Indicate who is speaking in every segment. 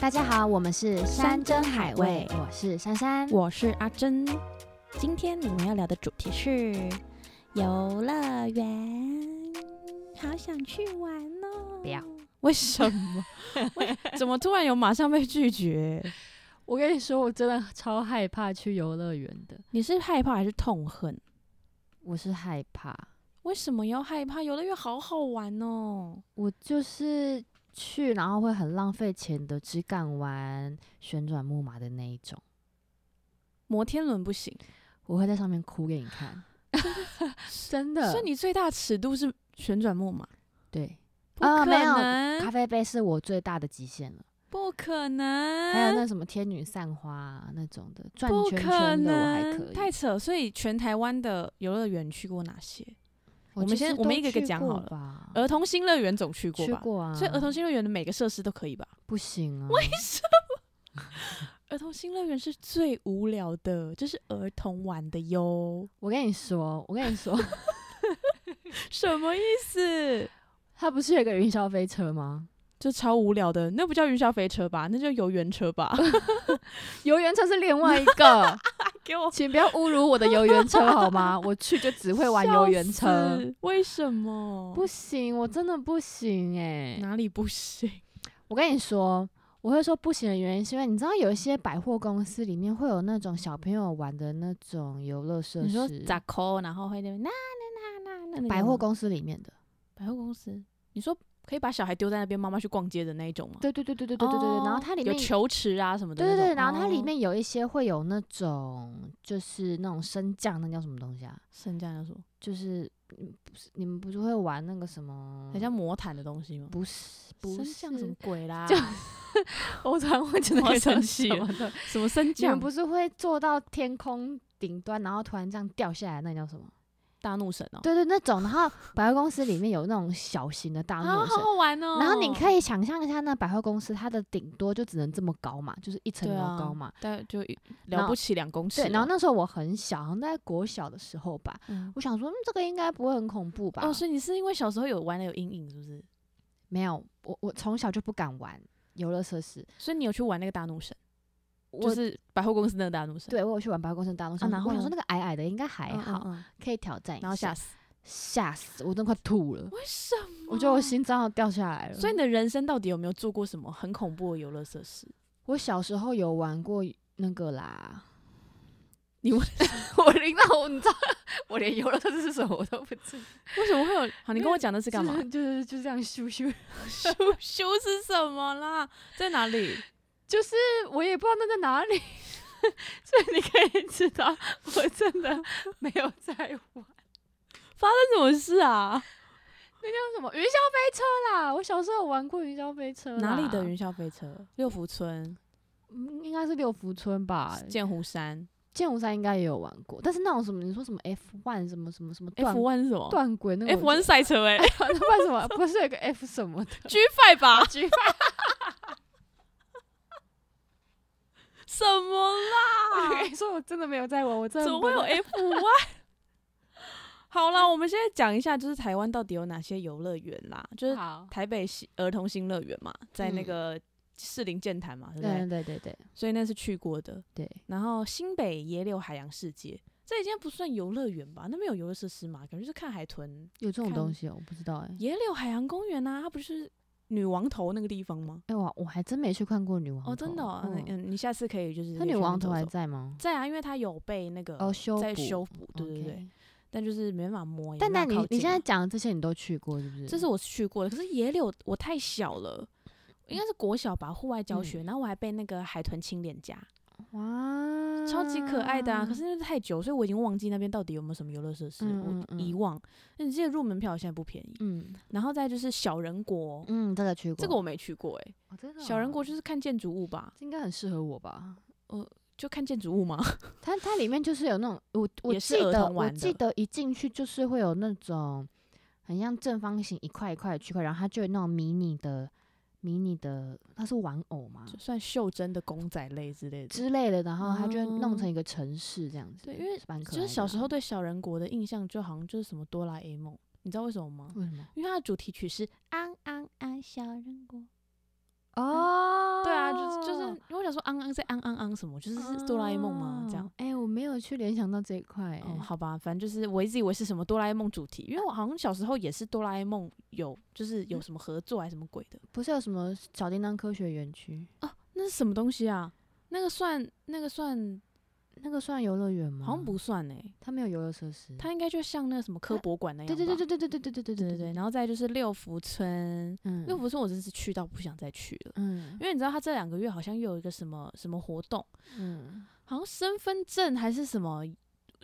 Speaker 1: 大家好，我们是山珍海味，我是珊珊，
Speaker 2: 我是阿珍。今天我们要聊的主题是游乐园，好想去玩哦！
Speaker 1: 不要，
Speaker 2: 为什 么？为怎么突然有马上被拒绝？
Speaker 3: 我跟你说，我真的超害怕去游乐园的。
Speaker 2: 你是害怕还是痛恨？
Speaker 1: 我是害怕，
Speaker 2: 为什么要害怕？游乐园好好玩哦！
Speaker 1: 我就是去然后会很浪费钱的，只敢玩旋转木马的那一种，
Speaker 2: 摩天轮不行，
Speaker 1: 我会在上面哭给你看，真的。
Speaker 2: 所以你最大尺度是旋转木马？
Speaker 1: 对
Speaker 2: 不可
Speaker 1: 呃没有
Speaker 2: 能，
Speaker 1: 咖啡杯是我最大的极限了，
Speaker 2: 不可能，
Speaker 1: 还有那什么天女散花、啊、那种的转
Speaker 2: 不
Speaker 1: 圈
Speaker 2: 可
Speaker 1: 圈的我还
Speaker 2: 能，
Speaker 1: 可以。
Speaker 2: 太扯！所以全台湾的游乐园去过哪些？我们
Speaker 1: 其实
Speaker 2: 先我们
Speaker 1: 都
Speaker 2: 一个一个
Speaker 1: 去
Speaker 2: 讲
Speaker 1: 过
Speaker 2: 好了
Speaker 1: 吧
Speaker 2: 儿童新乐园总去过
Speaker 1: 去
Speaker 2: 吧？
Speaker 1: 过啊，
Speaker 2: 所以儿童新乐园的每个设施都可以吧？
Speaker 1: 不行啊，
Speaker 2: 儿童新乐园是最无聊的，就是儿童玩的哟。
Speaker 1: 我跟你说，我跟你说，
Speaker 2: 什么意思？
Speaker 1: 它不是有一个云霄飞车吗？
Speaker 2: 就超无聊的，那不叫云霄飞车吧？那叫游园车吧？
Speaker 1: 游园车是另外一个，
Speaker 2: 给我
Speaker 1: 请不要侮辱我的游园车好吗？我去就只会玩游园
Speaker 2: 笑
Speaker 1: 车，
Speaker 2: 死，为什么？
Speaker 1: 不行，我真的不行哎、
Speaker 2: 哪里不行？
Speaker 1: 我跟你说，我会说不行的原因是因为你知道有一些百货公司里面会有那种小朋友玩的那种游乐设施，
Speaker 2: 你说咋抠，然后会那边那那那那那
Speaker 1: 百货公司里面的？
Speaker 2: 百货公司，你说可以把小孩丢在那边，妈妈去逛街的那一种吗？
Speaker 1: 对对对对对对对对，然后它里面
Speaker 2: 有球池啊什么的
Speaker 1: 哦对
Speaker 2: 那
Speaker 1: 对对，
Speaker 2: 种。
Speaker 1: 然后它里
Speaker 2: 哦
Speaker 1: 面有一些会有那种，就是那种升降，那叫什么东西啊？
Speaker 2: 剩下的说，
Speaker 1: 就是嗯不是你们不是会玩那个什么？
Speaker 2: 很像魔毯的东西吗？
Speaker 1: 不是不
Speaker 2: 升
Speaker 1: 是
Speaker 2: 降什么 鬼啦？
Speaker 1: 就我突然会觉得
Speaker 2: 我要
Speaker 1: 叫
Speaker 2: 生气
Speaker 1: 什
Speaker 2: 了
Speaker 1: 么的。
Speaker 2: 什么升
Speaker 1: 你们
Speaker 2: 降？
Speaker 1: 不是会坐到天空顶端，然后突然这样掉下来，那叫什么？
Speaker 2: 大怒神哦，
Speaker 1: 对对，那种。然后百货公司里面有那种小型的大
Speaker 2: 啊，
Speaker 1: 怒
Speaker 2: 好
Speaker 1: 神。
Speaker 2: 好玩哦。
Speaker 1: 然后你可以想象一下，那百货公司它的顶多就只能这么高嘛，就是一层
Speaker 2: 对
Speaker 1: 楼
Speaker 2: 啊
Speaker 1: 高嘛。
Speaker 2: 但就一
Speaker 1: 然
Speaker 2: 了
Speaker 1: 后
Speaker 2: 不起两公尺
Speaker 1: 对
Speaker 2: 了。
Speaker 1: 然后那时候我很小，好像在国小的时候吧，
Speaker 2: 嗯
Speaker 1: 我想说、嗯、这个应该不会很恐怖吧？
Speaker 2: 哦，所以你是因为小时候有玩的有阴影是不是？
Speaker 1: 没有，我我从小就不敢玩游乐设施。
Speaker 2: 所以你有去玩那个大怒神，
Speaker 1: 我、
Speaker 2: 就是百货公司那个大怒神。
Speaker 1: 对我有去玩百货公司的大东西，
Speaker 2: 啊然
Speaker 1: 我
Speaker 2: 后
Speaker 1: 想
Speaker 2: 呢
Speaker 1: 说那个矮矮的应该还
Speaker 2: 嗯，
Speaker 1: 好，
Speaker 2: 嗯嗯
Speaker 1: 可以挑战一下。
Speaker 2: 然后吓死。
Speaker 1: 吓死，我真的快吐了，
Speaker 2: 为什么？
Speaker 1: 我觉得我心脏要掉下来了。
Speaker 2: 所以你的人生到底有没有做过什么很恐怖的游乐设施？
Speaker 1: 我小时候有玩过那个 啦，
Speaker 2: 你问
Speaker 1: 我听到我你知道，我连游乐设施是什么我都不知道，
Speaker 2: 为什么会有？好，你跟我讲那是干 嘛？
Speaker 1: 就是就是这样咻咻，
Speaker 2: 羞羞是什么啦？在哪 里？
Speaker 1: 就是我也不知道那在哪里， 所以你可以知道我真 的没有在玩。
Speaker 2: 那什么事啊？
Speaker 1: 那叫什么云霄飞车啦？我小时候有玩过云霄飞车啦，
Speaker 2: 哪里的云霄飞车？六福村、
Speaker 1: 嗯？应该是六福村吧，
Speaker 2: 剑湖山、
Speaker 1: 剑湖山应该也有玩过，但是那种什么你说什么 F one 什么什么什么断
Speaker 2: F one 是什么
Speaker 1: 断轨那个
Speaker 2: ？F one 赛车 哎、欸
Speaker 1: 那为什么不是有个 F 什么的？
Speaker 2: ，G five 吧？
Speaker 1: G
Speaker 2: 什么
Speaker 1: 我
Speaker 2: 啦
Speaker 1: 跟？你说，我真的没有在玩，我真的
Speaker 2: 啊怎么会有
Speaker 1: 不能
Speaker 2: F one？好啦，我们现在讲一下，就是台湾到底有哪些游乐园啦？就是
Speaker 1: 好？
Speaker 2: 台北新儿童新乐园嘛，在那
Speaker 1: 嗯
Speaker 2: 个士林健谈嘛，对不对？
Speaker 1: 对对对对
Speaker 2: 所以那是去过的。
Speaker 1: 对，
Speaker 2: 然后新北野柳海洋世界，这已经不算游乐园吧？那边有游乐设施嘛？感觉就是看海豚。
Speaker 1: 有这种
Speaker 2: 看
Speaker 1: 东西哦，我不知道哎、
Speaker 2: 野柳海洋公园啊，它不是女王头那个地方吗？
Speaker 1: 哎、我我还真没去看过女王头
Speaker 2: 哦，真的、哦，嗯
Speaker 1: 嗯，
Speaker 2: 嗯，你下次可以就是
Speaker 1: 那、
Speaker 2: 可以
Speaker 1: 女
Speaker 2: 去那
Speaker 1: 王
Speaker 2: 边
Speaker 1: 头
Speaker 2: 走
Speaker 1: 还
Speaker 2: 走
Speaker 1: 在吗？
Speaker 2: 在啊，因为它有被那个
Speaker 1: 哦，修补
Speaker 2: 在修补，对对对，
Speaker 1: OK
Speaker 2: 但就是没办法摸。也
Speaker 1: 但
Speaker 2: 没
Speaker 1: 那
Speaker 2: 办
Speaker 1: 你
Speaker 2: 法靠
Speaker 1: 你
Speaker 2: 近
Speaker 1: 现
Speaker 2: 啊
Speaker 1: 在讲的这些你都去过是不是？
Speaker 2: 这是我去过的，可是野柳我太小了。应该是国小吧，户外
Speaker 1: 嗯
Speaker 2: 教学，然后我还被那个海豚亲脸颊，
Speaker 1: 哇，
Speaker 2: 超级可爱的啊！可是因为太久，所以我已经忘记那边到底有没有什么游乐设施，
Speaker 1: 嗯嗯嗯
Speaker 2: 我
Speaker 1: 嗯
Speaker 2: 遗忘。那你记得入门票现在不便宜，
Speaker 1: 嗯
Speaker 2: 然后再就是小人国，
Speaker 1: 嗯，这个去过，
Speaker 2: 这个我没去过
Speaker 4: 欸
Speaker 2: 哎、
Speaker 1: 哦真的
Speaker 2: 小人
Speaker 1: 哦
Speaker 2: 国就是看建筑物吧，
Speaker 1: 这应该很适合我吧？
Speaker 2: 就看建筑物 嘛。
Speaker 1: 它它里面就是有那种，我我
Speaker 2: 也是
Speaker 1: 记
Speaker 2: 儿
Speaker 1: 得
Speaker 2: 童
Speaker 1: 我
Speaker 2: 玩
Speaker 1: 记
Speaker 2: 的
Speaker 1: 得一进去就是会有那种很像正方形一块一块的区块，然后它就有那种迷你的迷你的，它是玩偶嘛
Speaker 2: 就算袖珍的公仔类之类的。
Speaker 1: 之类的，然后它就弄成
Speaker 2: 哦
Speaker 1: 一个城市这样子，
Speaker 2: 对，因为
Speaker 1: 是蛮可
Speaker 2: 就是
Speaker 1: 爱
Speaker 2: 小
Speaker 1: 的
Speaker 2: 时
Speaker 1: 啦
Speaker 2: 候对小人国的印象，就好像就是什么哆啦 A 梦，你知道为什么吗？
Speaker 1: 啊为什么？
Speaker 2: 因为它的主题曲是《安安安小人国》，
Speaker 3: 哦，
Speaker 4: 对啊，就是就是，因为我想说昂昂在昂昂昂什么，就是是哆啦 A 梦嘛，这
Speaker 2: 啊
Speaker 4: 样
Speaker 1: 哦。。哎、我没有去联想到这一块、哎
Speaker 4: 哦，好吧，反正就是我一直以为是什么哆啦 A 梦主题，因为我好像小时候也是哆啦 A 梦有就是有什么合作还是什么鬼的
Speaker 1: 不是有什么小叮当科学园区，
Speaker 2: 嗯
Speaker 4: 啊？那是什么东西啊？那个算那个算
Speaker 1: 那个算游乐园吗？
Speaker 4: 好像，不算哎、
Speaker 1: 它没有游乐设施。
Speaker 4: 它应该就像那个什么科博馆那样吧。
Speaker 1: 对对对对对对对对对对
Speaker 4: 对对对，，然后再就是六福村，
Speaker 1: 嗯
Speaker 4: 六福村我真是去到不想再去了，
Speaker 1: 嗯
Speaker 4: 因为你知道他这两个月好像又有一个什么什么活动，
Speaker 1: 嗯，
Speaker 4: 好像身份证还是什么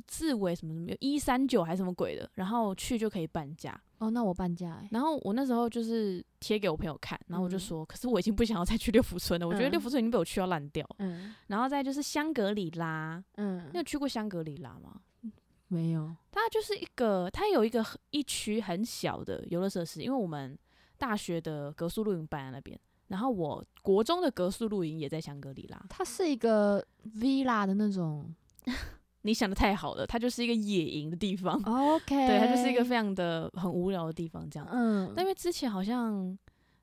Speaker 4: 字尾什么什么一三九还是什么鬼的，然后去就可以半价。
Speaker 1: 哦，那我半价哎、
Speaker 4: 然后我那时候就是贴给我朋友看，然后我就
Speaker 1: 嗯
Speaker 4: 说，可是我已经不想要再去六福村了，我觉得
Speaker 1: 嗯
Speaker 4: 六福村已经被我去到烂掉了。
Speaker 1: 嗯
Speaker 4: 然后再就是香格里拉，
Speaker 1: 嗯
Speaker 4: 你有去过香格里拉吗？
Speaker 1: 没有，
Speaker 4: 它就是一个，它有一个很一区很小的游乐设施，因为我们大学的格数露营班在那边，然后我国中的格数露营也在香格里拉。
Speaker 1: 它是一个 villa 的那 种。
Speaker 4: 你想的太好了，它就是一个野营的地方，
Speaker 1: 哦 OK，
Speaker 4: 对，它就是一个非常的很无聊的地方这样。
Speaker 1: 嗯，
Speaker 4: 但因为之前好像，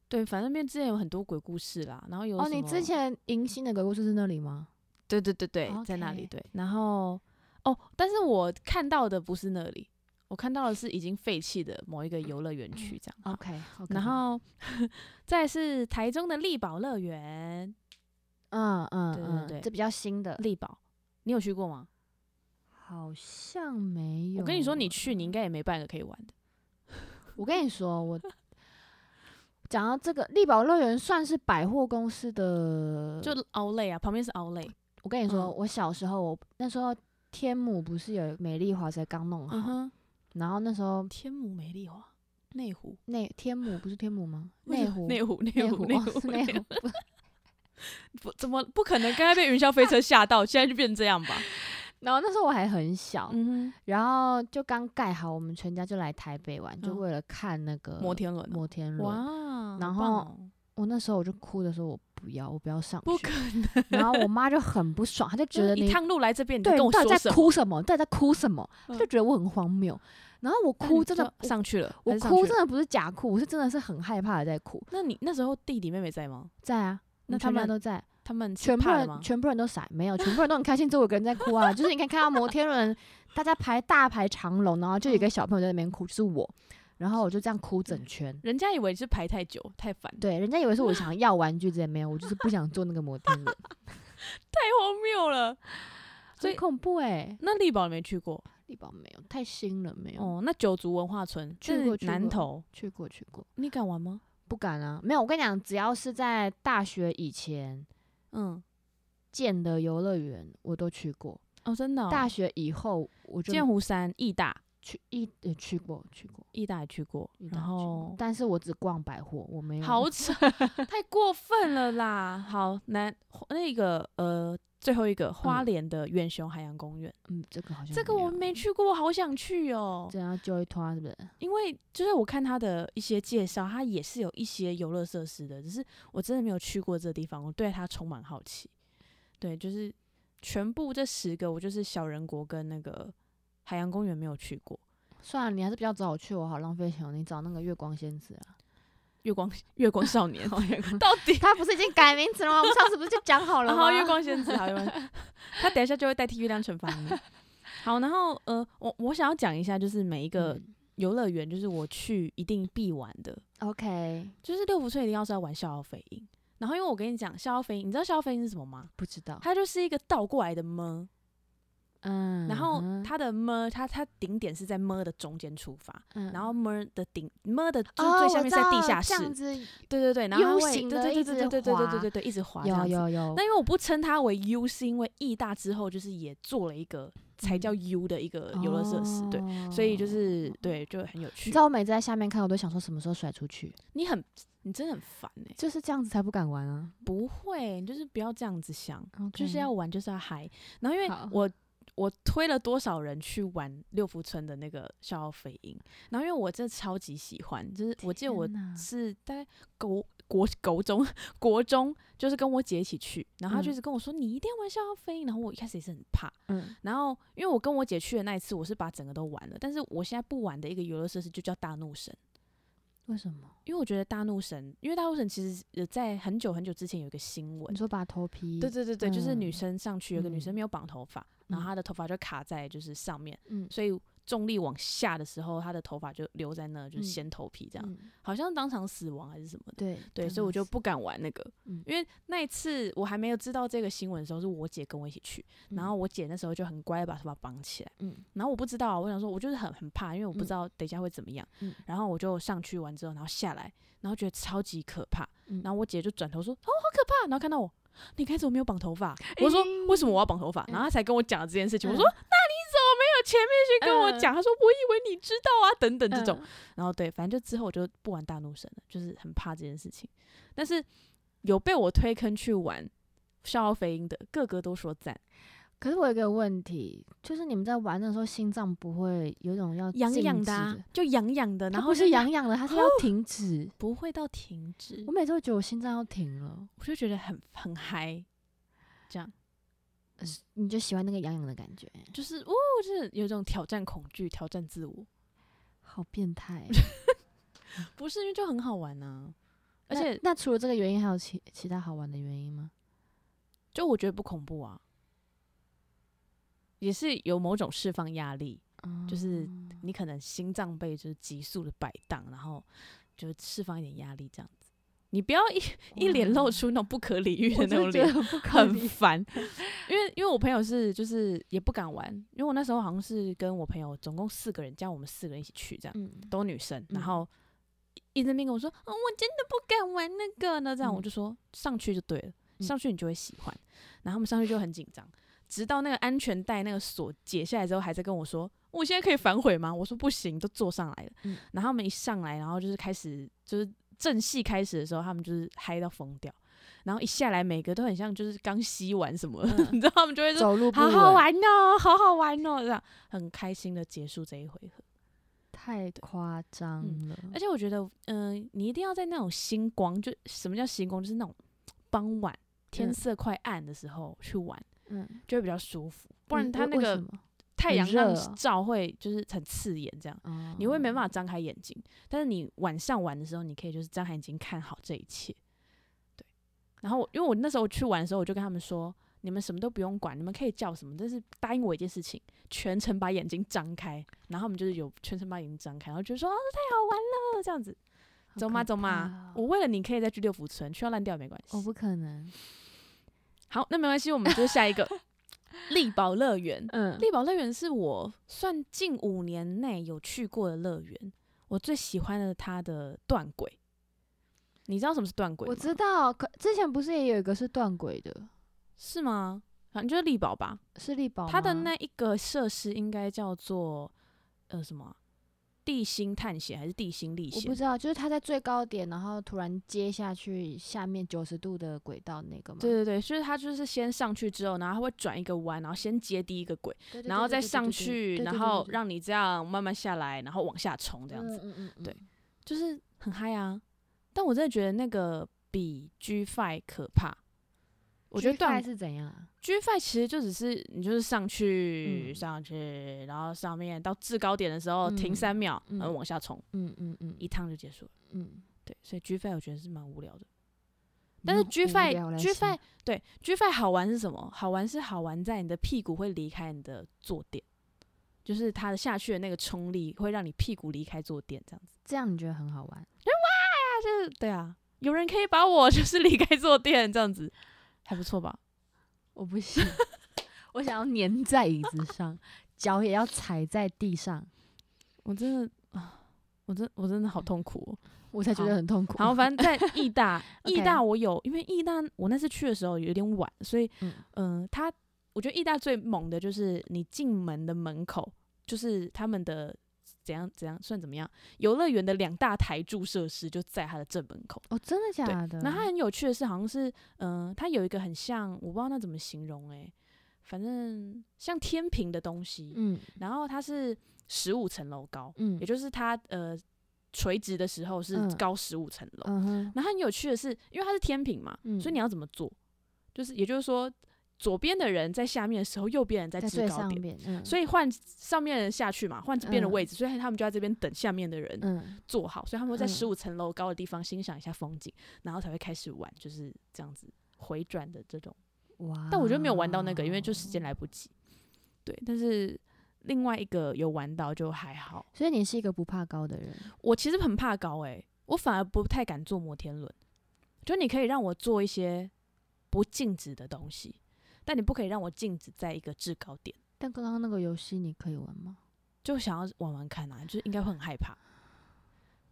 Speaker 4: 对，反正那边之前有很多鬼故事啦，然后有
Speaker 1: 哦，
Speaker 4: 什
Speaker 1: 你
Speaker 4: 么
Speaker 1: 之前迎新的鬼故事是那里吗？
Speaker 4: 对对对对，在那里
Speaker 1: OK
Speaker 4: 对，然后哦，但是我看到的不是那里，我看到的是已经废弃的某一个游乐园区这样。好
Speaker 1: OK，好可
Speaker 4: 啊然
Speaker 1: 怕
Speaker 4: 后 再来是台中的力宝乐园，
Speaker 1: 嗯
Speaker 4: 对
Speaker 1: 嗯
Speaker 4: 对
Speaker 1: 嗯，
Speaker 4: 对
Speaker 1: 这比较新的，
Speaker 4: 力宝，你有去过吗？
Speaker 1: 好像没有。嗯
Speaker 4: 我跟你说，你去你应该也没半个可以玩的。
Speaker 1: 我跟你说， 我讲到这个力宝乐园算是百货公司的，
Speaker 4: 就 Outlet 啊，旁边是 Outlet，
Speaker 1: 我跟你说，
Speaker 4: 嗯
Speaker 1: 我小时候我那时候天母不是有美丽华才刚哦弄好，
Speaker 4: 嗯哼，
Speaker 1: 然后那时候
Speaker 4: 天母美丽华，内湖，
Speaker 1: 内天母不是天母吗？
Speaker 4: 为什
Speaker 1: 内
Speaker 4: 么
Speaker 1: 湖
Speaker 4: 内湖，内
Speaker 1: 内
Speaker 4: 湖，
Speaker 1: 湖
Speaker 4: 内
Speaker 1: 哦
Speaker 4: 湖，
Speaker 1: 是内
Speaker 4: 湖
Speaker 1: 湖， 不
Speaker 4: 不怎么不可能？刚才被云霄飞 车吓到，现在就变成这样吧？
Speaker 1: 然后那时候我还很小，
Speaker 4: 嗯
Speaker 1: 然后就刚盖好，我们全家就来台北玩，就
Speaker 4: 嗯
Speaker 1: 为了看那个
Speaker 4: 哼，摩天轮啊，
Speaker 1: 呃摩天轮。
Speaker 4: 哇，
Speaker 1: 然
Speaker 4: 好棒
Speaker 1: 后
Speaker 4: 哦
Speaker 1: 我那时候我就哭的说，我不要，我不要上
Speaker 4: 不
Speaker 1: 去
Speaker 4: 可。能，
Speaker 1: 然后 我妈就很不爽，她就觉
Speaker 4: 就是
Speaker 1: 得
Speaker 4: 一
Speaker 1: 你
Speaker 4: 趟路来这边，你就
Speaker 1: 对，
Speaker 4: 跟
Speaker 1: 你
Speaker 4: 我
Speaker 1: 到底
Speaker 4: 说
Speaker 1: 在
Speaker 4: 什么？
Speaker 1: 哭什么？你到底在哭什么？她就
Speaker 4: 嗯
Speaker 1: 觉得我很荒谬。然后我
Speaker 4: 那
Speaker 1: 哭
Speaker 4: 你
Speaker 1: 真的
Speaker 4: 就，上去了，还
Speaker 1: 我
Speaker 4: 是上
Speaker 1: 哭
Speaker 4: 去
Speaker 1: 真
Speaker 4: 了
Speaker 1: 的不是假哭，我是真的是很害怕的在哭，
Speaker 4: 那你那时候弟弟妹妹在吗？
Speaker 1: 在啊。
Speaker 4: 那
Speaker 1: 我
Speaker 4: 他
Speaker 1: 全家
Speaker 4: 们
Speaker 1: 都在，
Speaker 4: 他们是
Speaker 1: 全部
Speaker 4: 怕了
Speaker 1: 人
Speaker 4: 吗？
Speaker 1: 全部人都傻，没有，全部人都很开心，只有我一个人在哭啊！就是你可以看到摩天轮，大家排大排长龙，然后就
Speaker 4: 嗯
Speaker 1: 有一个小朋友在那边哭，就是我，然后我就这样哭整圈。
Speaker 4: 人家以为是排太久，太烦，
Speaker 1: 对，人家以为是我想要玩具之类，没有，我就是不想坐那个摩天轮，
Speaker 4: 太荒谬了。 所以
Speaker 1: 很恐怖哎、
Speaker 4: 那力宝你没去过
Speaker 1: 力宝没有，太新了，没有、
Speaker 4: 哦？那九族文化村
Speaker 1: 去
Speaker 4: 在
Speaker 1: 过去
Speaker 4: 南
Speaker 1: 过
Speaker 4: 投，
Speaker 1: 去过去过，
Speaker 4: 你敢玩吗？
Speaker 1: 不敢啊，没有。我跟你讲，只要是在大学以前
Speaker 4: 嗯，
Speaker 1: 建的游乐园，我都去过。
Speaker 4: 哦，真的哦、
Speaker 1: 大学以后我就
Speaker 4: 剑湖山、义大、
Speaker 1: 去一、呃、去过去过，
Speaker 4: 义大也去过
Speaker 1: 一，大
Speaker 4: 然
Speaker 1: 去过
Speaker 4: 后
Speaker 1: 但是我只逛百货，我没有
Speaker 4: 好扯， 太过分了啦！好，南那个呃，最后一个花
Speaker 1: 嗯
Speaker 4: 莲的远雄海洋公园，
Speaker 1: 嗯，这个好像
Speaker 4: 这个我
Speaker 1: 没有
Speaker 4: 没去过，我好想去哦。
Speaker 1: 这样揪一拖是不是？
Speaker 4: 因为就是我看他的一些介绍，他也是有一些游乐设施的，只是我真的没有去过这地方，我对他充满好奇。对，就是全部这十个，我就是小人国跟那个海洋公园没有去过，
Speaker 1: 算了，你还是比较早去，我好浪费钱哦。你找那个月光仙子啊，
Speaker 4: 月光月光少年到底。
Speaker 1: 哦他不是已经改名字了吗？我们上次不是就讲好了
Speaker 4: 然
Speaker 1: 吗？嗯
Speaker 4: 后月光仙子，好，月光他等一下就会代替月亮惩罚你。 好，然后呃，我我想要讲一下，就是每一个
Speaker 1: 嗯
Speaker 4: 游乐园，就是我去一定必玩的，
Speaker 1: OK，
Speaker 4: 就是六福村一定要是要玩逍遥飞鹰。然后因为我跟你讲，逍遥飞鹰，你知道逍遥飞鹰是什么吗？
Speaker 1: 不知道，
Speaker 4: 它就是一个倒过来的么，
Speaker 1: 嗯，
Speaker 4: 然后
Speaker 1: 嗯
Speaker 4: 它的么，它它顶点是在么的中间出发，
Speaker 1: 嗯
Speaker 4: 然后么的顶么的就是
Speaker 1: 哦
Speaker 4: 最
Speaker 1: 我
Speaker 4: 下面
Speaker 1: 知
Speaker 4: 在地
Speaker 1: 道这
Speaker 4: 下室，
Speaker 1: 样子
Speaker 4: 对对对，然后
Speaker 1: U
Speaker 4: 它会
Speaker 1: 型
Speaker 4: 对
Speaker 1: 的
Speaker 4: 对对
Speaker 1: 一
Speaker 4: 对
Speaker 1: 直
Speaker 4: 对对对对
Speaker 1: 滑
Speaker 4: 对对，一直滑这
Speaker 1: 有
Speaker 4: 样子。
Speaker 1: 有有，
Speaker 4: 那因为我不称它为 U，是因为义大之后就是也做了一个才叫 U 的一个游乐设施，对，所以就
Speaker 1: 嗯哦
Speaker 4: 是对就很有
Speaker 1: 你
Speaker 4: 趣
Speaker 1: 知。道我每次在下面看，我都想说什么时候甩出去，
Speaker 4: 你很你真的很烦哎、
Speaker 1: 就是这样子才不敢玩啊。
Speaker 4: 不会，你就是不要这样子想。就是
Speaker 1: OK
Speaker 4: 要玩，就是要嗨。然后因为
Speaker 1: 嗯好
Speaker 4: 我我推了多少人去玩六福村的那个逍遥飞鹰，然后因为我真的超级喜欢，就是我记得我
Speaker 1: 天哪
Speaker 4: 是大概国国国中国中，就是跟我姐一起去，然后她就一
Speaker 1: 嗯
Speaker 4: 直跟我说、你一定要玩逍遥飞鹰，然后我一开始也是很怕，
Speaker 1: 嗯
Speaker 4: 然后因为我跟我姐去的那一次，我是把整个都玩了，但是我现在不玩的一个游乐设施就叫大怒神。
Speaker 1: 为什么？
Speaker 4: 因为我觉得大怒神，因为大怒神其实呃在很久很久之前有一个新闻
Speaker 1: 你，说把头皮，
Speaker 4: 对对对对，就是女
Speaker 1: 嗯
Speaker 4: 生上去，有个女生
Speaker 1: 嗯
Speaker 4: 没有绑头发，然后
Speaker 1: 嗯
Speaker 4: 她的头发就卡在就是上面，
Speaker 1: 嗯，
Speaker 4: 所以重力往下的时候，她的头发就留在那，就
Speaker 1: 嗯
Speaker 4: 是掀头皮这样，
Speaker 1: 嗯
Speaker 4: 好像当场死亡还是什么的。
Speaker 1: 对
Speaker 4: 对，所以我就不敢玩那个，
Speaker 1: 嗯
Speaker 4: 因为那一次我还没有知道这个新闻的时候，是我姐跟我一起去，然后，我姐那时候就很乖，把头发绑起来，
Speaker 1: 嗯嗯
Speaker 4: 然后我不知道啊，我想说，我就是很很怕，因为我不
Speaker 1: 嗯
Speaker 4: 知道等一下会怎么样，
Speaker 1: 嗯
Speaker 4: 然后我就上去完之后，然后下来，然后觉得超级可怕，
Speaker 1: 嗯
Speaker 4: 然后我姐就转头说：“哦，好可怕！”然后看到我，你开始我没有绑头发，我
Speaker 1: 哎
Speaker 4: 说：“为什么我要绑头
Speaker 1: 嗯
Speaker 4: 发？”然后她才跟我讲了这件事情。我说：“那你怎么没有前面先跟
Speaker 1: 嗯
Speaker 4: 我讲？”她说：“我以为你知道啊，等等这种。
Speaker 2: 嗯
Speaker 4: 然后对，反正就之后我就不玩大怒神了，就是很怕这件事情。但是有被我推坑去玩笑傲飞鹰的，个个都说赞，
Speaker 1: 可是我有一个问题，就是你们在玩的时候，心脏不会有一种要
Speaker 4: 痒
Speaker 1: 静
Speaker 4: 痒
Speaker 1: 止
Speaker 4: 的啊、
Speaker 1: 的
Speaker 4: 就痒痒的，
Speaker 1: 它
Speaker 4: 然
Speaker 1: 不
Speaker 4: 后
Speaker 1: 是
Speaker 4: 就
Speaker 1: 痒痒的，它是要停止。
Speaker 4: 不会到停止
Speaker 1: 我，每次都觉得我心脏要停了，
Speaker 4: 我就觉得很很嗨，这样嗯
Speaker 1: 你就喜欢那个痒痒的 感觉，
Speaker 4: 就是哦，就是有一种挑战恐惧、挑战自我，
Speaker 1: 好变态。
Speaker 4: 不是因为就很好玩呢、 而
Speaker 1: 那
Speaker 4: 且
Speaker 1: 那除了这个原因，还有其其他好玩的原因吗？
Speaker 4: 就我觉得不恐怖啊，也是有某种释放压力，就是
Speaker 1: 哦
Speaker 4: 你可能心脏被就是急速的摆荡，然后就释放一点压力这样子。你不要一一脸露出那种不可理喻的
Speaker 1: 我真的
Speaker 4: 那种
Speaker 1: 觉得
Speaker 4: 脸，
Speaker 1: 很不可
Speaker 4: 很
Speaker 1: 理喻
Speaker 4: 烦。因为因为我朋友是就是也不敢玩，因为我那时候好像是跟我朋友总共四个人，这样我们四个人一起去这样。
Speaker 1: 嗯，
Speaker 4: 都女生，然
Speaker 1: 嗯
Speaker 4: 后一直在那边跟我说，嗯，我真的不敢玩那个呢。这样我
Speaker 1: 嗯
Speaker 4: 就说上去就对了，
Speaker 1: 嗯
Speaker 4: 上去你就会喜欢。然后他们上去就很紧张，直到那个安全带那个锁解下来之后，还在跟我说，我现在可以反悔吗？我说不行，都坐上来了。
Speaker 1: 嗯
Speaker 4: 然后他们一上来，然后就是开始就是正戏开始的时候，他们就是嗨到疯掉。然后一下来，每个都很像就是刚吸完什么，
Speaker 1: 嗯
Speaker 4: 你知道他们就会说
Speaker 1: 走路不
Speaker 4: 好好
Speaker 1: 稳，
Speaker 4: 玩哦，好好玩哦，这样很开心的结束这一回合。
Speaker 1: 太夸张了。
Speaker 4: 而且我觉得，嗯、你一定要在那种星光，就什么叫星光，就是那种傍晚天
Speaker 1: 嗯
Speaker 4: 色快暗的时候去玩，
Speaker 1: 嗯，
Speaker 4: 就会比较舒服。不然
Speaker 1: 嗯
Speaker 4: 它
Speaker 1: 为
Speaker 4: 那
Speaker 1: 为什
Speaker 4: 个
Speaker 1: 么
Speaker 4: 太
Speaker 1: 很
Speaker 4: 阳那
Speaker 1: 热
Speaker 4: 样
Speaker 1: 啊
Speaker 4: 照会就是很刺眼，这样
Speaker 1: 哦
Speaker 4: 你会没办法张开眼睛。但是你晚上玩的时候，你可以就是张开眼睛看好这一切。对。然后我因为我那时候去玩的时候，我就跟他们说。你们什么都不用管，你们可以叫什么，但是答应我一件事情，全程把眼睛张开。然后我们就是有全程把眼睛张开，然后就说、哦、太好玩了这样子。
Speaker 1: 好
Speaker 4: 走嘛
Speaker 1: 可
Speaker 4: 走
Speaker 1: 怕
Speaker 4: 嘛，
Speaker 1: 哦
Speaker 4: 我为了你可以再去六福村，去到烂掉也没关系。
Speaker 1: 我不可能。
Speaker 4: 好，那没关系，我们就下 一个力宝乐园。
Speaker 1: 嗯
Speaker 4: 力宝乐园是我算近五年内有去过的乐园，我最喜欢的它的断轨。你知道什么是断轨吗？
Speaker 1: 我知道，可之前不是也有一个是断轨的，
Speaker 4: 是吗？反正就是力宝吧，
Speaker 1: 是力宝吗
Speaker 4: 它的那一个设施应该叫做呃什么啊、地心探险还是地心历
Speaker 1: 我
Speaker 4: 险
Speaker 1: 不？知道，就是它在最高点，然后突然接下去下面九十度的轨道那个嘛。
Speaker 4: 对对对，就是它就是先上去之后，然后它会转一个弯，然后先接第一个轨。
Speaker 1: 对，对
Speaker 4: 然后
Speaker 1: 对
Speaker 4: 再
Speaker 1: 对对
Speaker 4: 上
Speaker 1: 对
Speaker 4: 去，
Speaker 1: 对对
Speaker 4: 然
Speaker 1: 对
Speaker 4: 后
Speaker 1: 对对
Speaker 4: 让你这样慢慢下来，然后往下冲，这样子、
Speaker 1: 嗯嗯嗯，
Speaker 4: 对就是很嗨啊！但我真的觉得那个比 G Five 可怕。我觉得
Speaker 1: 大概
Speaker 4: 断
Speaker 1: 是怎样啊？
Speaker 4: G Five 其实就只是你就是上去、
Speaker 1: 嗯
Speaker 4: 上去，然后上面到制高点的时候停
Speaker 1: 嗯
Speaker 4: 三秒，
Speaker 1: 嗯
Speaker 4: 然后往下冲，
Speaker 1: 嗯嗯嗯
Speaker 4: 一趟就结束了。
Speaker 1: 嗯，
Speaker 4: 对，所以 G Five 我觉得是蛮无聊的。但是 G Five G Five 对 G Five 好玩是什么？好玩是好玩在你的屁股会离开你的坐垫，就是它的下去的那个冲力会让你屁股离开坐垫，这样子。
Speaker 1: 这样你觉得很好玩？
Speaker 4: 它就是对啊，有人可以把我 就是离开坐垫这样子，还不错吧？
Speaker 1: 我不 行，我想要粘在椅子上，脚也要踩在地上，
Speaker 4: 我真的啊，我真我真的好痛苦、哦。
Speaker 1: 我才觉
Speaker 4: 好
Speaker 1: 得很痛苦。
Speaker 4: 然后反正 在义大，义
Speaker 1: OK
Speaker 4: 大我有，因为义大我那次去的时候有点晚，所以
Speaker 1: 嗯
Speaker 4: 嗯、呃它我觉得义大最猛的就是你进门的门口，就是他们的怎样怎样算怎么样，游乐园的两大台柱设施就在它的正门口。
Speaker 1: 哦，真的假的？
Speaker 4: 那它很有趣的是，好像是嗯、呃它有一个很像，我不知道那怎么形容诶、反正像天平的东西，
Speaker 1: 嗯
Speaker 4: 然后它是十五层楼高，
Speaker 1: 嗯
Speaker 4: 也就是它呃垂直的时候是
Speaker 1: 嗯
Speaker 4: 高十五层楼。
Speaker 1: 嗯哼
Speaker 4: 然后很有趣的是，因为它是天平嘛，
Speaker 1: 嗯
Speaker 4: 所以你要怎么做？就是也就是说，左边的人在下面的时候，右边人在
Speaker 1: 在
Speaker 4: 制
Speaker 1: 最
Speaker 4: 高
Speaker 1: 上
Speaker 4: 点，
Speaker 1: 面，嗯，
Speaker 4: 所以换上面人下去嘛，换这边的
Speaker 1: 嗯
Speaker 4: 位置，所以他们就在这边等下面的人
Speaker 1: 嗯，
Speaker 4: 坐好，所以他们会在
Speaker 1: 嗯
Speaker 4: 十五层楼高的地方欣赏一下风景，然后才会开始玩，就是这样子回转的这种。
Speaker 1: 哇，
Speaker 4: 但我觉得没有玩到那个，因为就时
Speaker 1: 啊
Speaker 4: 间来不及。对，但是另外一个有玩到就还好。
Speaker 1: 所以你是一个不怕高的人，
Speaker 4: 我其实很怕高诶、我反而不太敢坐摩天轮。就你可以让我做一些不静止的东西，但你不可以让我静止在一个制高点。
Speaker 1: 但刚刚那个游戏你可以玩吗？
Speaker 4: 就想要玩玩看啊，就是应该会很害怕。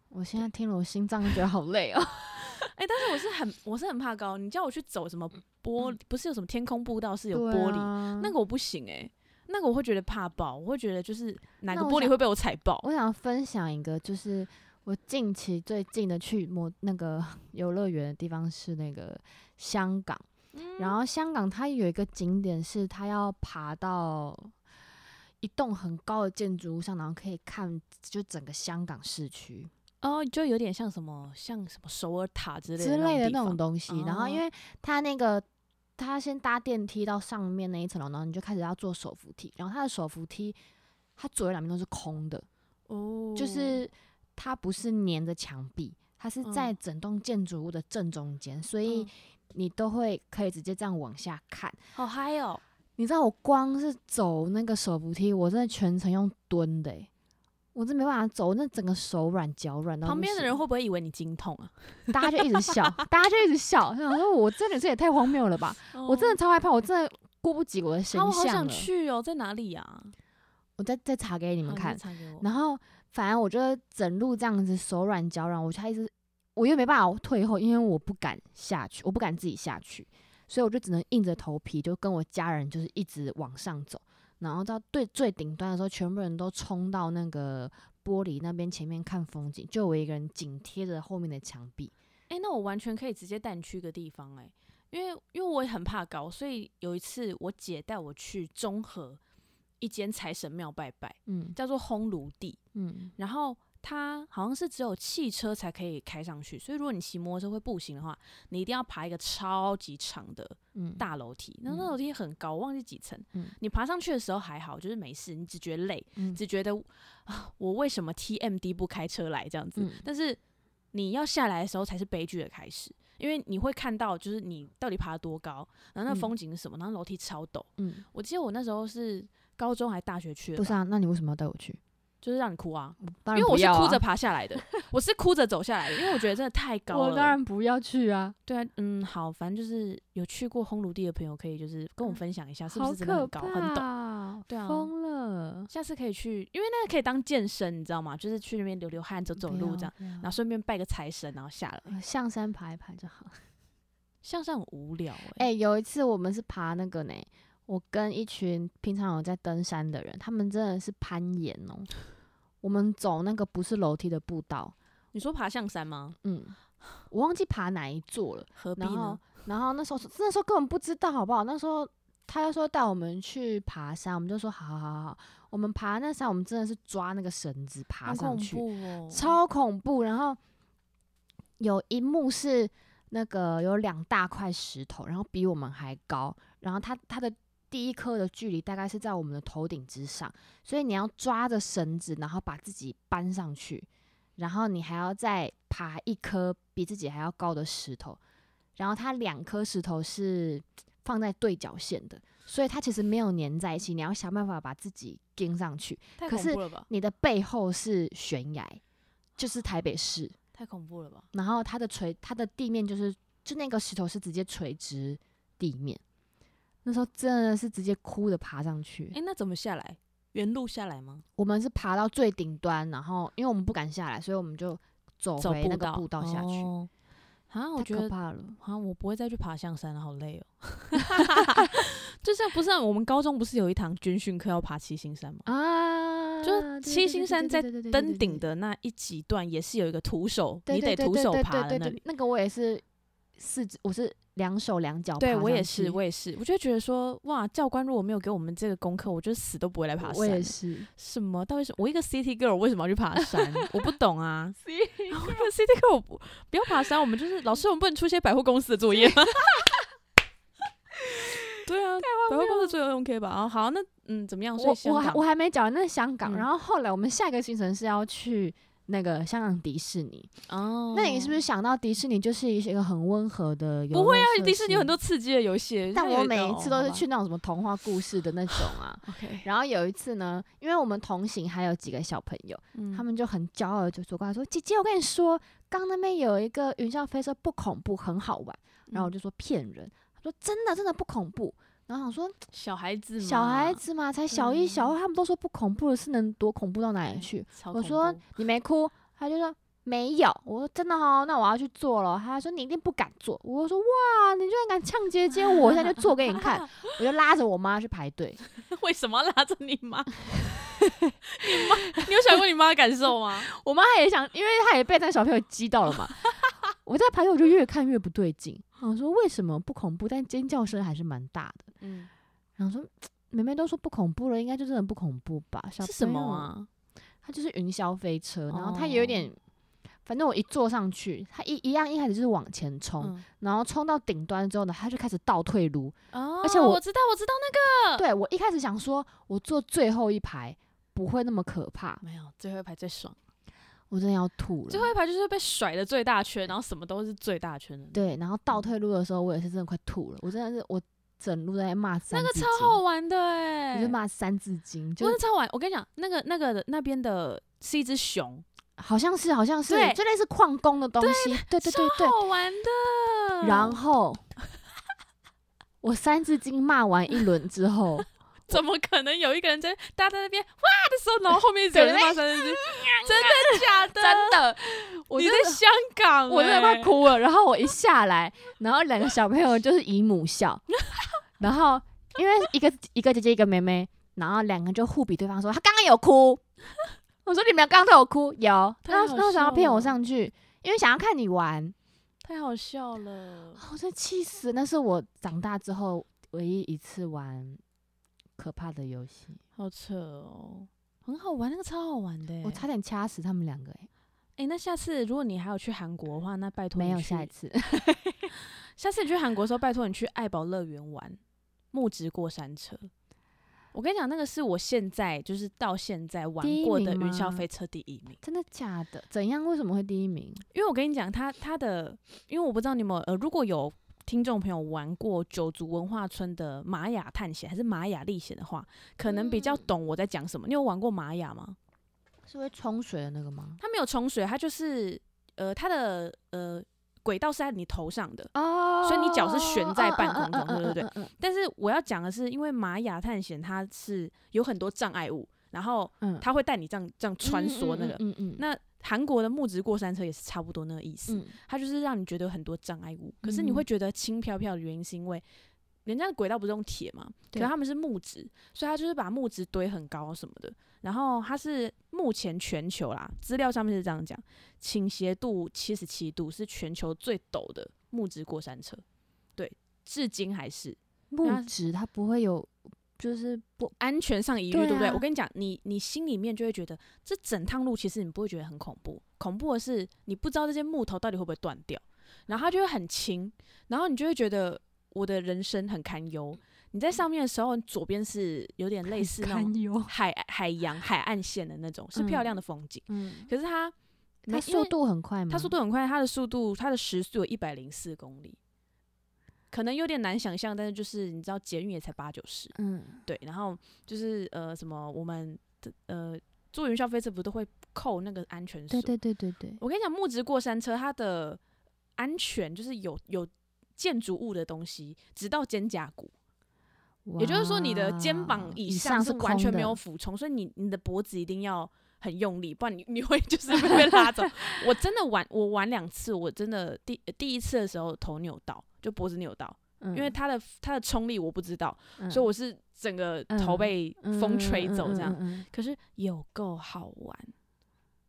Speaker 1: 我现在听了我心脏就觉得好累哦，
Speaker 4: 哎、但是我是很我是很怕高，你叫我去走什么玻璃，不是有什么天空步道 是有
Speaker 1: 对
Speaker 4: 玻璃，
Speaker 1: 啊
Speaker 4: 那个我不行哎、那个我会觉得怕爆，我会觉得就是哪个
Speaker 1: 那我
Speaker 4: 玻璃
Speaker 1: 想
Speaker 4: 会被我踩爆。
Speaker 1: 我想分享一个，就是我近期最近的去摩那个 游乐园的地方是那个香港，
Speaker 4: 嗯
Speaker 1: 然后香港它有一个景点是它要爬到一栋很高的建筑物上，然后可以看就整个香港市区
Speaker 4: 哦，就有点像什么像什么首尔塔之类
Speaker 1: 之类的
Speaker 4: 那
Speaker 1: 那
Speaker 4: 种
Speaker 1: 种
Speaker 4: 地方
Speaker 1: 东西。然后因
Speaker 4: 哦
Speaker 1: 为它那个。它先搭电梯到上面那一层楼，然后你就开始要坐手扶梯，然后它的手扶梯，它左右两边都是空的，
Speaker 4: 哦，
Speaker 1: 就是它不是粘着墙壁，它是在
Speaker 4: 嗯
Speaker 1: 整栋建筑物的正中间，所以
Speaker 4: 嗯
Speaker 1: 你都会可以直接这样往下看。
Speaker 4: 好嗨哦，
Speaker 1: 你知道我光是走那个手扶梯，我真的全程用蹲的、欸，我真没办法走，我那整个手软脚软到不
Speaker 4: 旁边的人
Speaker 1: 行
Speaker 4: 会不会以为你经痛啊？
Speaker 1: 大家就一直笑，大家就一直笑，想说我这女生也太荒谬了 吧！我真的超害怕，我真的顾不及我的形
Speaker 4: 哦啊，我好
Speaker 1: 象
Speaker 4: 想
Speaker 1: 了。
Speaker 4: 去哦，在哪里啊？
Speaker 1: 我再再查给你
Speaker 4: 你
Speaker 1: 们看，
Speaker 4: 传给我。
Speaker 1: 然后反正我就整路这样子手软脚软，我就一直我又没办法退后，因为我不敢下去，我不敢自己下去，所以我就只能硬着头皮，就跟我家人就是一直往上走，然后到最最顶端的时候，全部人都冲到那个玻璃那边前面看风景，就我一个人紧贴着后面的墙壁。
Speaker 4: 哎、那我完全可以直接带你去一个地方哎、因为因为我也很怕高，所以有一次我姐带我去中和一间财神庙拜拜，
Speaker 1: 嗯
Speaker 4: 叫做烘炉地，
Speaker 1: 嗯，
Speaker 4: 然后它好像是只有汽车才可以开上去，所以如果你骑摩托车会步行的话，你一定要爬一个超级长的
Speaker 1: 嗯
Speaker 4: 大楼梯，那
Speaker 1: 嗯
Speaker 4: 那楼梯很高，我忘记几层，
Speaker 1: 嗯
Speaker 4: 你爬上去的时候还好，就是没事，你只觉得累，
Speaker 1: 嗯
Speaker 4: 只觉得啊我为什么 TMD 不开车来这样子，
Speaker 1: 嗯
Speaker 4: 但是你要下来的时候才是悲剧的开始，因为你会看到就是你到底爬多高，然后那
Speaker 1: 嗯
Speaker 4: 风景是什么，然后楼梯超陡。
Speaker 1: 嗯，
Speaker 4: 我记得我那时候是高中还大学去
Speaker 1: 不
Speaker 4: 的吧，
Speaker 1: 是啊，那你为什么要带我去？
Speaker 4: 就是让你哭啊，
Speaker 1: 我当
Speaker 4: 因
Speaker 1: 然
Speaker 4: 为我
Speaker 1: 不
Speaker 4: 是
Speaker 1: 要
Speaker 4: 哭
Speaker 1: 啊
Speaker 4: 着爬 下来的，我是哭着走下来的，因为我觉得真的太高了。
Speaker 3: 我当然不要去啊，
Speaker 4: 对啊，嗯，好，反正就是有去过烘炉地的朋友可以就是跟我
Speaker 3: 嗯
Speaker 4: 分享一下，啊是不
Speaker 3: 好
Speaker 4: 是真的
Speaker 3: 可
Speaker 4: 很高
Speaker 3: 怕，
Speaker 4: 很陡？对啊
Speaker 3: 疯了，
Speaker 4: 下次可以去，因为那个可以当健身，你知道吗？就是去那边流流汗、走走
Speaker 1: 不
Speaker 4: 路
Speaker 1: 要
Speaker 4: 这样，，
Speaker 1: 不要
Speaker 4: 然后顺便拜个财神，然后下来。
Speaker 1: 呃象山爬一爬就好。
Speaker 4: 像上很无聊哎、
Speaker 1: 哎、有一次我们是爬那个呢，我跟一群平常有在登山的人，他们真的是攀岩哦、我们走那个不是楼梯的步道，
Speaker 4: 你说爬象山吗？
Speaker 1: 嗯，我忘记爬哪一座了。
Speaker 4: 何必
Speaker 1: 然
Speaker 4: 呢
Speaker 1: 后？，然后那时候那时候根本不知道好不好？那时候他就说带我们去爬山，我们就说好好好好好。我们爬那山，我们真的是抓那个绳子爬
Speaker 4: 好
Speaker 1: 上
Speaker 4: 恐
Speaker 1: 去，
Speaker 4: 怖哦！
Speaker 1: 超恐怖。然后有一幕是那个有两大块石头，然后比我们还高，然后它它的第一颗的距离大概是在我们的头顶之上，所以你要抓着绳子，然后把自己搬上去，然后你还要再爬一颗比自己还要高的石头，然后它两颗石头是放在对角线的。所以它其实没有粘在一起，你要想办法把自己钉上去。
Speaker 4: 太
Speaker 1: 可
Speaker 4: 恐
Speaker 1: 是
Speaker 4: 怖了吧！
Speaker 1: 你的背后是悬崖，就是台北市，
Speaker 4: 太恐怖了吧！
Speaker 1: 然后它的垂它的地面就是就那个石头是直接垂直地面，那时候真的是直接哭着爬上去
Speaker 4: 哎、。那怎么下来？原路下来吗？
Speaker 1: 我们是爬到最顶端，然后因为我们不敢下来，所以我们就走
Speaker 4: 走
Speaker 1: 回那个
Speaker 4: 道
Speaker 1: 步道下去，
Speaker 4: 哦啊，我
Speaker 1: 太
Speaker 4: 觉
Speaker 1: 可
Speaker 4: 得
Speaker 1: 怕了。
Speaker 4: 啊，我不会再去爬象山了，好累哦。 就像不是啊我们高中不是有一堂军训课要爬七星山吗？
Speaker 1: 啊，
Speaker 4: 就
Speaker 1: 对
Speaker 4: 是七星山在登顶，的那一几段也是有一个徒手，你得徒手爬的
Speaker 1: 对对对对对对对对对对对
Speaker 4: 那
Speaker 1: 对
Speaker 4: 里。
Speaker 1: 那个我也是四肢，我是两手两哦脚爬上
Speaker 4: 对
Speaker 1: 去，
Speaker 4: 我也是，我也是，我就觉得说，哇，教官如果没有给我们这个功课，我就死都不会来爬
Speaker 1: 我也
Speaker 4: 山。
Speaker 1: 是，
Speaker 4: 什么？到底是我一个 City girl 为什么要去爬山？我不懂 啊。我一个 City girl 不不要爬山，我们就是老师，我们不能出一些百货公司的作业吗？ 对啊，百货公司最有用 K 吧？哦，好，那嗯，怎么样？所以
Speaker 1: 我
Speaker 4: 香
Speaker 1: 我还
Speaker 4: 港
Speaker 1: 我还没讲完，那是香港。
Speaker 4: 嗯
Speaker 1: 然后后来我们下一个行程是要去那个香港迪士尼。
Speaker 4: 哦，
Speaker 1: 那你是不是想到迪士尼就是一些一个很温和的？
Speaker 4: 不会啊？迪士尼有很多，刺激的游戏，
Speaker 1: 但
Speaker 4: 它有
Speaker 1: 我
Speaker 4: 一个
Speaker 1: 每一次都是。去
Speaker 4: 哦
Speaker 1: 那种什么童话故事的那种啊。
Speaker 4: 好吧 OK，
Speaker 1: 然后有一次呢，因为我们同行还有几个小朋友，
Speaker 4: 嗯
Speaker 1: 他们就很骄傲的就说过来说：“姐姐，我跟你说，刚那边有一个云霄飞车，不恐怖，很好玩。”然后我
Speaker 4: 嗯
Speaker 1: 就说骗人，他说真的真的不恐怖。然后想说
Speaker 4: 小孩子嘛，
Speaker 1: 小孩子嘛，才小一、小二，他们都说不恐怖的是能多恐怖到哪里
Speaker 4: 对
Speaker 1: 去？
Speaker 4: 超
Speaker 1: 我
Speaker 4: 恐
Speaker 1: 说
Speaker 4: 怖
Speaker 1: 你没哭，他就说没有。我说真的哦，那我要去做了。他说你一定不敢做。我说哇，你居然敢呛姐姐，我现在就做给你看。 我就拉着我妈去排队，
Speaker 4: 为什么要拉着你妈？ 你妈，你有想过你妈的感 受吗？
Speaker 1: 我妈也想，因为她也被那小朋友激到了嘛。 我在排队，我就越看越不对劲。我说为什么不恐怖，但尖叫声还是蛮大的。
Speaker 4: 嗯，
Speaker 1: 然后说妹妹都说不恐怖了，应该就真的不恐怖吧？小
Speaker 4: 是什
Speaker 1: 朋
Speaker 4: 么
Speaker 1: 友
Speaker 4: 啊？
Speaker 1: 它就是云霄飞车，然后它也有
Speaker 4: 哦
Speaker 1: 点，反正我一坐上去，它一一样一开始就是往前冲，
Speaker 4: 嗯
Speaker 1: 然后冲到顶端之后呢，它就开始倒退撸。
Speaker 4: 哦，
Speaker 1: 而且我
Speaker 4: 我知道，我知道那个
Speaker 1: 对我一开始想说，我坐最后一排不会那么可怕，
Speaker 4: 没有最后一排最爽，
Speaker 1: 我真的要吐
Speaker 4: 最后
Speaker 1: 了。
Speaker 4: 一排就是被甩的最大圈，然后什么都是最大圈的，
Speaker 1: 对，然后倒退路的时候，我也是真的快吐了，我真的是我整路都在骂《
Speaker 4: 那
Speaker 1: 三
Speaker 4: 个
Speaker 1: 字
Speaker 4: 超
Speaker 1: 经
Speaker 4: 好玩的哎、
Speaker 1: 我就骂《三字经》，就
Speaker 4: 不是超玩。我跟你讲，那个那个的那边的是一只熊，
Speaker 1: 好像是好像是，
Speaker 4: 对
Speaker 1: 就类似矿工的东西，对对对对。
Speaker 4: 好玩的。
Speaker 1: 然 后我《三字经》骂完一轮之后，
Speaker 4: 怎么可能有一个人在大家在那边哇的时候，然后后面一直有人骂 三字经？真的假的？
Speaker 1: 真的，我
Speaker 4: 你
Speaker 1: 真
Speaker 4: 在
Speaker 1: 的
Speaker 4: 香港、
Speaker 1: 我真的快
Speaker 4: 欸。
Speaker 1: 哭了。然后我一下来，然后两个小朋友就是姨母 笑，然后因为一个一个姐姐一个妹妹，然后两个就互比对方说她刚刚有 哭，我说你们俩刚刚都有哭，有，
Speaker 4: 太
Speaker 1: 然
Speaker 4: 好
Speaker 1: 后然后想要
Speaker 4: 笑
Speaker 1: 骗我
Speaker 4: 了
Speaker 1: 上去，因为想要看你玩，
Speaker 4: 太好笑了
Speaker 1: 啊！我真的气死，那是我长大之后唯一一次玩可怕的游戏，
Speaker 4: 好扯哦，很好玩，那个超好玩的欸、
Speaker 1: 我差点掐死他们两个、欸，
Speaker 4: 哎、那下次如果你还有去韩国的话，那拜托
Speaker 1: 没
Speaker 4: 你
Speaker 1: 有
Speaker 4: 去
Speaker 1: 下一次，
Speaker 4: 下次你去韩国的时候，拜托你去爱宝乐园玩木质过山车。我跟你讲，那个是我现在就是到现在玩
Speaker 1: 第一
Speaker 4: 过的
Speaker 1: 名
Speaker 4: 云
Speaker 1: 吗
Speaker 4: 霄飞车第一名，
Speaker 1: 真的假的？怎样？为什么会第一名？
Speaker 4: 因为我跟你讲，它它的，因为我不知道你们呃，如果有听众朋友玩过九族文化村的玛雅探险还是玛雅历险的话，可能比较
Speaker 1: 嗯
Speaker 4: 懂我在讲什么。你有玩过玛雅吗？
Speaker 1: 是会冲水的那个吗？
Speaker 4: 它没有冲水，它就是呃，它的呃轨道是在你头上的，
Speaker 1: 哦
Speaker 4: 所以你脚是悬在半空中对不对
Speaker 1: 对？
Speaker 4: 但是我要讲的是，因为玛雅探险它是有很多障碍物，然后
Speaker 1: 嗯，
Speaker 4: 它会带你这样这样穿梭那个。
Speaker 1: 嗯嗯，
Speaker 4: 那韩国的木质过山车也是差不多那个意思，
Speaker 1: 嗯
Speaker 4: 它就是让你觉得有很多障碍物，可是你
Speaker 1: 嗯
Speaker 4: 会觉得轻飘飘的原因是因为。人家的轨道不是用铁嘛，可
Speaker 1: 对
Speaker 4: 是他们是木质，所以他就是把木质堆很高什么的。然后它是目前全球啦，资料上面是这样讲，倾斜度七十七度是全球最陡的木质过山车，对，至今还是。
Speaker 1: 木质它不会有，就是不
Speaker 4: 安全上疑虑，
Speaker 1: 对
Speaker 4: 对不对？
Speaker 1: 啊
Speaker 4: 我跟你讲，你你心里面就会觉得，这整趟路其实你不会觉得很恐怖，恐怖的是你不知道这些木头到底会不会断掉，然后它就会很轻，然后你就会觉得我的人生很堪忧。你在上面的时候，你左边是有点类似那种
Speaker 3: 堪忧。
Speaker 4: 海海洋海岸线的那种，是漂亮的风景。
Speaker 1: 嗯，
Speaker 4: 可是它它
Speaker 1: 它
Speaker 4: 因为
Speaker 1: 速度很快吗？
Speaker 4: 它速度很快，它的速度，它的时速有一百零四公里，可能有点难想象，但是就是你知道捷运也才八九十，
Speaker 1: 嗯
Speaker 4: 对，然后就是呃什么我们的呃坐云霄飞车不都会扣那个安全锁？
Speaker 1: 对对对对对，
Speaker 4: 我跟你讲，木质过山车它的安全就是有有建筑物的东西，直到肩胛骨，也就是说你的肩膀
Speaker 1: 哇
Speaker 4: 以
Speaker 1: 以
Speaker 4: 上
Speaker 1: 是
Speaker 4: 是完全没有
Speaker 1: 空的
Speaker 4: 俯冲，所以你你的脖子一定要。很用力，不然你你会 就是会被拉走。我真的玩，我玩两次，我真的第呃第一次的时候头扭到，就脖子扭到，
Speaker 1: 嗯
Speaker 4: 因为它的它的冲力我不知道，
Speaker 1: 嗯
Speaker 4: 所以我是整个
Speaker 1: 嗯
Speaker 4: 头被风吹走这样。。
Speaker 1: 嗯嗯嗯嗯嗯嗯
Speaker 4: 可是有够好玩，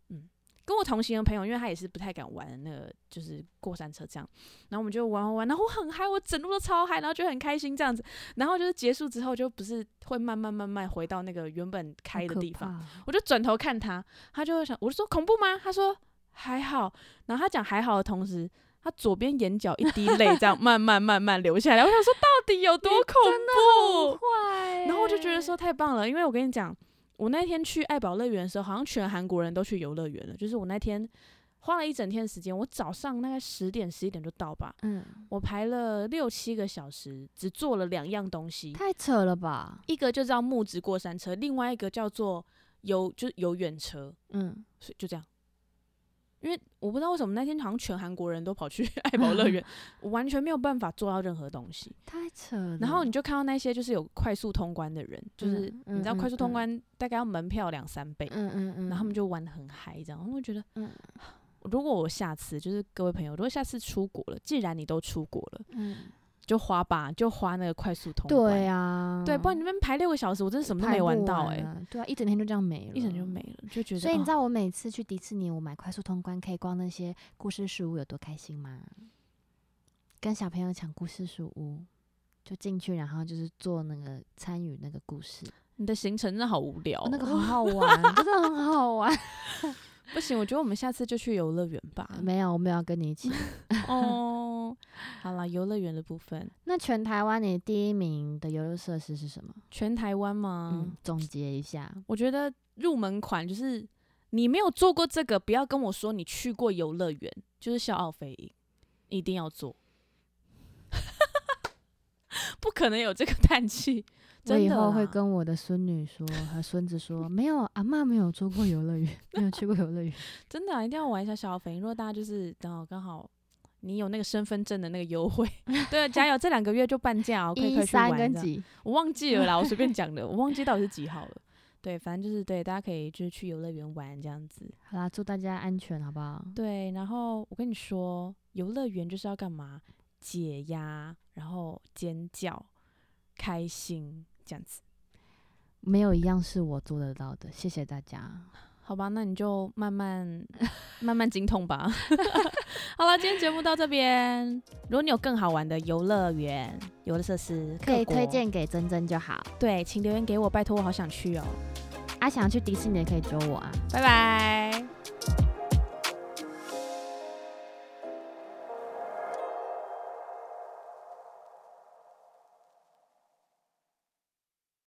Speaker 4: 嗯，跟我同行的朋友，因为他也是不太敢玩那个，就是过山车这样，然后我们就玩玩玩，然后我很嗨，我整路都超嗨，然后就很开心这样子，然后就是结束之后，就不是会慢慢慢慢回到那个原本开的地方，，我就转头看他，他就会想，我就说恐怖吗？他说还好，然后他讲还好的同时，他左边眼角一滴泪这样慢慢慢慢流下来。我想说，到底有多恐怖？
Speaker 1: 坏
Speaker 4: 然后我就觉得
Speaker 1: 欸
Speaker 4: 说太 棒了，因为我跟你讲，我那天去爱宝乐园的时候，好像全韩国人都去游乐园了。就是我那天花了一整天的时间，我早上大概十点十一点就到吧，
Speaker 1: 嗯，
Speaker 4: 我排了六七个小时，只做了两样东西，
Speaker 1: 太扯了吧，
Speaker 4: 一个就叫木质过山车，另外一个叫做游就是游远车，
Speaker 1: 嗯，
Speaker 4: 所以就这样。因为我不知道为什么那天好像全韩国人都跑去 爱宝 乐园，我完全没有办法做到任何东西。
Speaker 1: 太扯了。
Speaker 4: 然后你就看到那些就是有快速通关的人，就是
Speaker 1: 嗯
Speaker 4: 你知道
Speaker 1: 嗯
Speaker 4: 快
Speaker 1: 嗯
Speaker 4: 速
Speaker 1: 嗯
Speaker 4: 通关大概要门票两三倍，
Speaker 1: 嗯嗯嗯，
Speaker 4: 然后他们就玩的很嗨，这样我觉得，
Speaker 1: 嗯
Speaker 4: 如果我下次就是各位朋友，如果下次出国了，既然你都出国了，
Speaker 1: 嗯，
Speaker 4: 就花吧，就花那个快速通关，
Speaker 1: 对啊，
Speaker 4: 对，不然你们排六个小时，我真的什么都
Speaker 1: 排
Speaker 4: 没
Speaker 1: 不
Speaker 4: 玩
Speaker 1: 完
Speaker 4: 到哎、
Speaker 1: 啊对啊，一整天就这样没了，
Speaker 4: 一整就没。了，就觉得
Speaker 1: 所以你知
Speaker 4: 哦
Speaker 1: 道我每次去迪士尼，我买快速通关可以逛那些故事书屋有多开心吗？跟小朋友抢故事书屋，就进去，然后就是做那个参与那个故事，
Speaker 4: 你的行程真的好无聊哦、
Speaker 1: 哦那个很好玩， 真的很好玩。
Speaker 4: 不行，我觉得我们下次就去游乐园吧。
Speaker 1: 没有，我没有要跟你一 起。
Speaker 4: 哦，好啦，游乐园的部分，
Speaker 1: 那全台湾你第一名的游乐设施是什么？
Speaker 4: 全台湾吗？
Speaker 1: 嗯，总结一下。
Speaker 4: 我觉得入门款就是你没有做过这个，不要跟我说你去过游乐园，就是笑傲飞鹰，一定要做， 不可能有这个叹气。
Speaker 1: 我
Speaker 4: 真
Speaker 1: 以
Speaker 4: 的
Speaker 1: 后会
Speaker 4: 啦
Speaker 1: 跟我的孙女说和孙子说，没有阿嬷没有做过游乐园， 没有去过游乐园。
Speaker 4: 真的啊、一定要玩一下消费。如果大家就是刚好刚好你有那个身份证的那个优惠， 对，啊加油！这两个月就半价哦，可以
Speaker 1: 一
Speaker 4: 可以去
Speaker 1: 三
Speaker 4: 玩
Speaker 1: 跟
Speaker 4: 这样
Speaker 1: 几？
Speaker 4: 我忘记 了啦，我随便讲的，我忘记到底是几号了。对，反正就是对，大家可以就是去游乐园玩这样子。
Speaker 1: 好啦，祝大家安全，好不好？
Speaker 4: 对，然后我跟你说，游乐园就是要干嘛？解压，然后尖叫，开心这样子，
Speaker 1: 没有一样是我做得到的，谢谢大家。
Speaker 4: 好吧？那你就慢慢 慢慢精通吧。 好了，今天节目到这边。如果你有更好玩的游乐园、游乐设施，
Speaker 1: 可以
Speaker 4: 各国
Speaker 1: 推，荐给珍珍就好。
Speaker 4: 对，请留言给我，拜托，我好想去哦。
Speaker 1: 啊，想要去迪士尼的可以揪我啊。
Speaker 4: 拜拜。